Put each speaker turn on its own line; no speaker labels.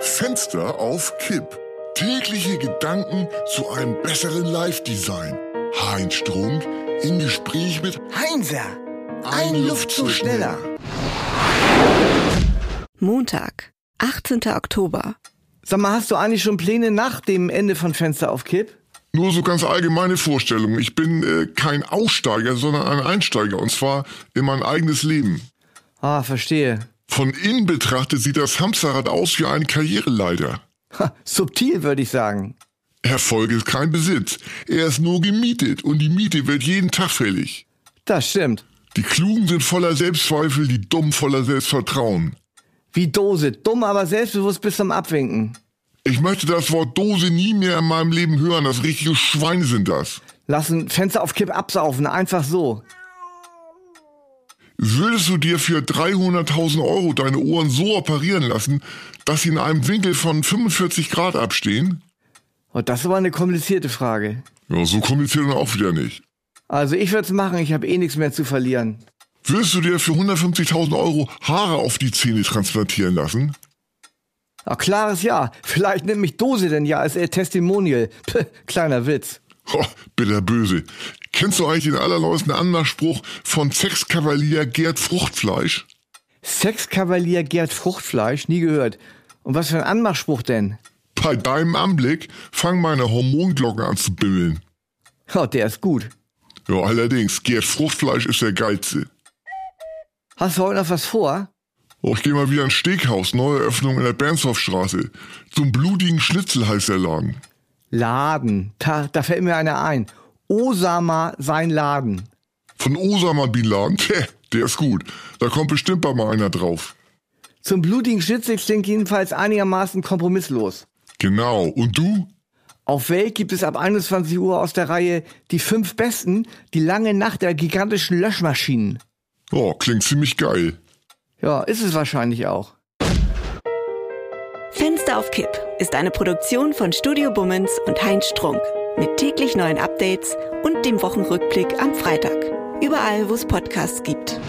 Fenster auf Kipp. Tägliche Gedanken zu einem besseren Live-Design. Heinz Strunk im Gespräch mit
Heinser, ein, Luftzug schneller.
Montag, 18. Oktober.
Sag mal, hast du eigentlich schon Pläne nach dem Ende von Fenster auf Kipp?
Nur so ganz allgemeine Vorstellungen. Ich bin äh, kein Aussteiger, sondern ein Einsteiger. Und zwar in mein eigenes Leben.
Ah, verstehe.
Von innen betrachtet sieht das Hamsterrad aus wie ein Karriereleiter.
Ha, subtil würde ich sagen.
Erfolg ist kein Besitz. Er ist nur gemietet und die Miete wird jeden Tag fällig.
Das stimmt.
Die Klugen sind voller Selbstzweifel, die Dummen voller Selbstvertrauen.
Wie Dose, dumm, aber selbstbewusst bis zum Abwinken.
Ich möchte das Wort Dose nie mehr in meinem Leben hören. Das richtige Schweine sind das.
Lassen Fenster auf Kipp absaufen, einfach so.
Würdest du dir für 300.000 Euro deine Ohren so operieren lassen, dass sie in einem Winkel von 45 Grad abstehen?
Oh, das ist aber eine komplizierte Frage.
Ja, so kompliziert dann auch wieder nicht.
Also ich würde es machen, ich habe eh nichts mehr zu verlieren.
Würdest du dir für 150.000 Euro Haare auf die Zähne transplantieren lassen?
Ach, klares Ja. Vielleicht nimmt mich Dose denn ja als ihr Testimonial. Puh, kleiner Witz.
Oh, bitterböse. Kennst du eigentlich den allerneuesten Anmachspruch von Sexkavalier Gerd Fruchtfleisch?
Sexkavalier Gerd Fruchtfleisch, nie gehört. Und was für ein Anmachspruch denn?
Bei deinem Anblick fangen meine Hormonglocken an zu bimmeln.
Oh, der ist gut.
Ja, allerdings, Gerd Fruchtfleisch ist der geilste.
Hast du heute noch was vor?
Oh, ich gehe mal wieder ins Steghaus, neue Eröffnung in der Bernstorffstraße. Zum blutigen Schnitzel heißt der Laden.
Laden. Da, da fällt mir einer ein. Osama sein Laden.
Von Osama Bin Laden, Tja, der ist gut. Da kommt bestimmt bei mal einer drauf.
Zum blutigen Schnitzel klingt jedenfalls einigermaßen kompromisslos.
Genau. Und du?
Auf Welt gibt es ab 21 Uhr aus der Reihe die fünf besten, die lange Nacht der gigantischen Löschmaschinen.
Oh, klingt ziemlich geil.
Ja, ist es wahrscheinlich auch.
Fenster auf Kipp ist eine Produktion von Studio Bummens und Heinz Strunk. Mit täglich neuen Updates und dem Wochenrückblick am Freitag. Überall, wo es Podcasts gibt.